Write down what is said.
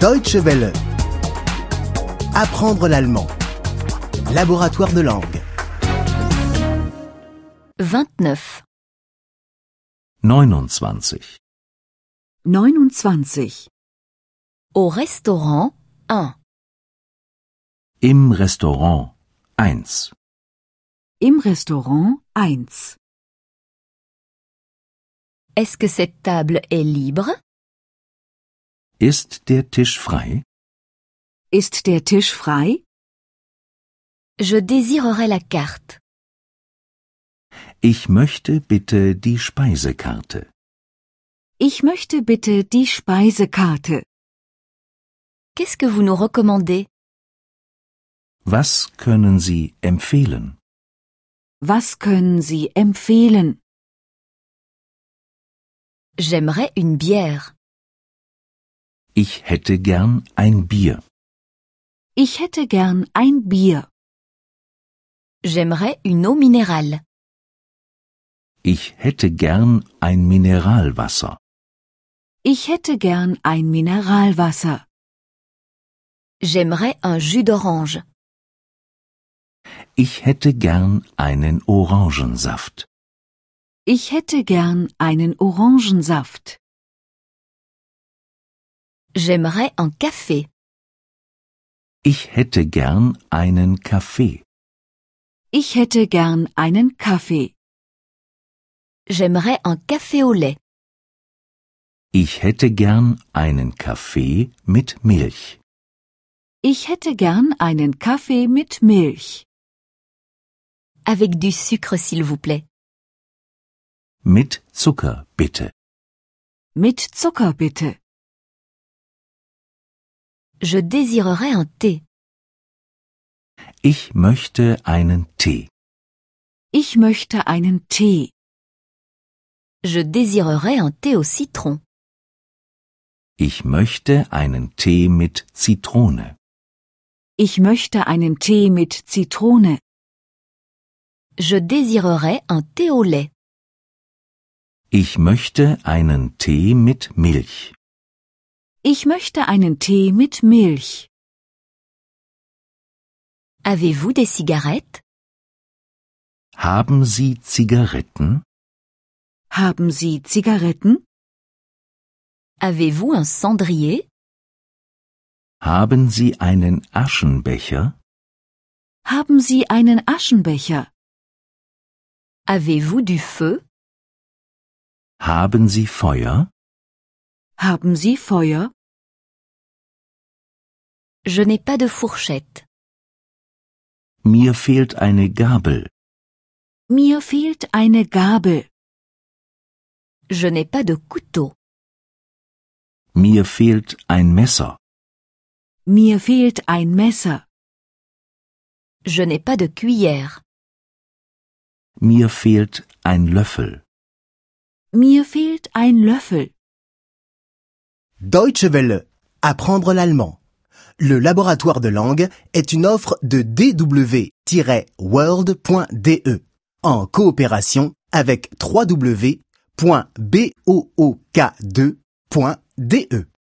Deutsche Welle. Apprendre l'allemand. Laboratoire de langue. 29. 29. 29. Au restaurant 1. Im Restaurant 1. Im Restaurant 1. Est-ce que cette table est libre Ist der Tisch frei? Ist der Tisch frei? Je désirerais la carte. Ich möchte bitte die Speisekarte. Ich möchte bitte die Speisekarte. Qu'est-ce que vous nous recommandez Was können Sie empfehlen? Was können Sie empfehlen? J'aimerais une bière. Ich hätte gern ein Bier. Ich hätte gern ein Bier. J'aimerais une eau minérale. Ich hätte gern ein Mineralwasser. Ich hätte gern ein Mineralwasser. J'aimerais un jus d'orange. Ich hätte gern einen Orangensaft. Ich hätte gern einen Orangensaft. J'aimerais un café. Ich hätte gern einen Kaffee. Ich hätte gern einen Kaffee. J'aimerais un café au lait. Ich hätte gern einen Kaffee mit Milch. Ich hätte gern einen Kaffee mit Milch. Avec du sucre s'il vous plaît. Mit Zucker, bitte. Mit Zucker bitte. Je désirerais un thé. Ich möchte einen Tee. Ich möchte einen Tee. Je désirerais un thé au citron. Ich möchte einen Tee mit Zitrone. Ich möchte einen Tee mit Zitrone. Je désirerais un thé au lait. Ich möchte einen Tee mit Milch. Ich möchte einen Tee mit Milch. Avez-vous des cigarettes Haben Sie Zigaretten? Haben Sie Zigaretten? Avez-vous un cendrier Haben Sie einen Aschenbecher? Haben Sie einen Aschenbecher? Avez-vous du feu Haben Sie Feuer? Haben Sie Feuer? Je n'ai pas de fourchette. Mir fehlt eine Gabel. Mir fehlt eine Gabel. Je n'ai pas de couteau. Mir fehlt ein Messer. Mir fehlt ein Messer. Je n'ai pas de cuillère. Mir fehlt ein Löffel. Mir fehlt ein Löffel. Deutsche Welle. Apprendre l'allemand. Le laboratoire de langue est une offre de dw-world.de E. en coopération avec www.book2.de.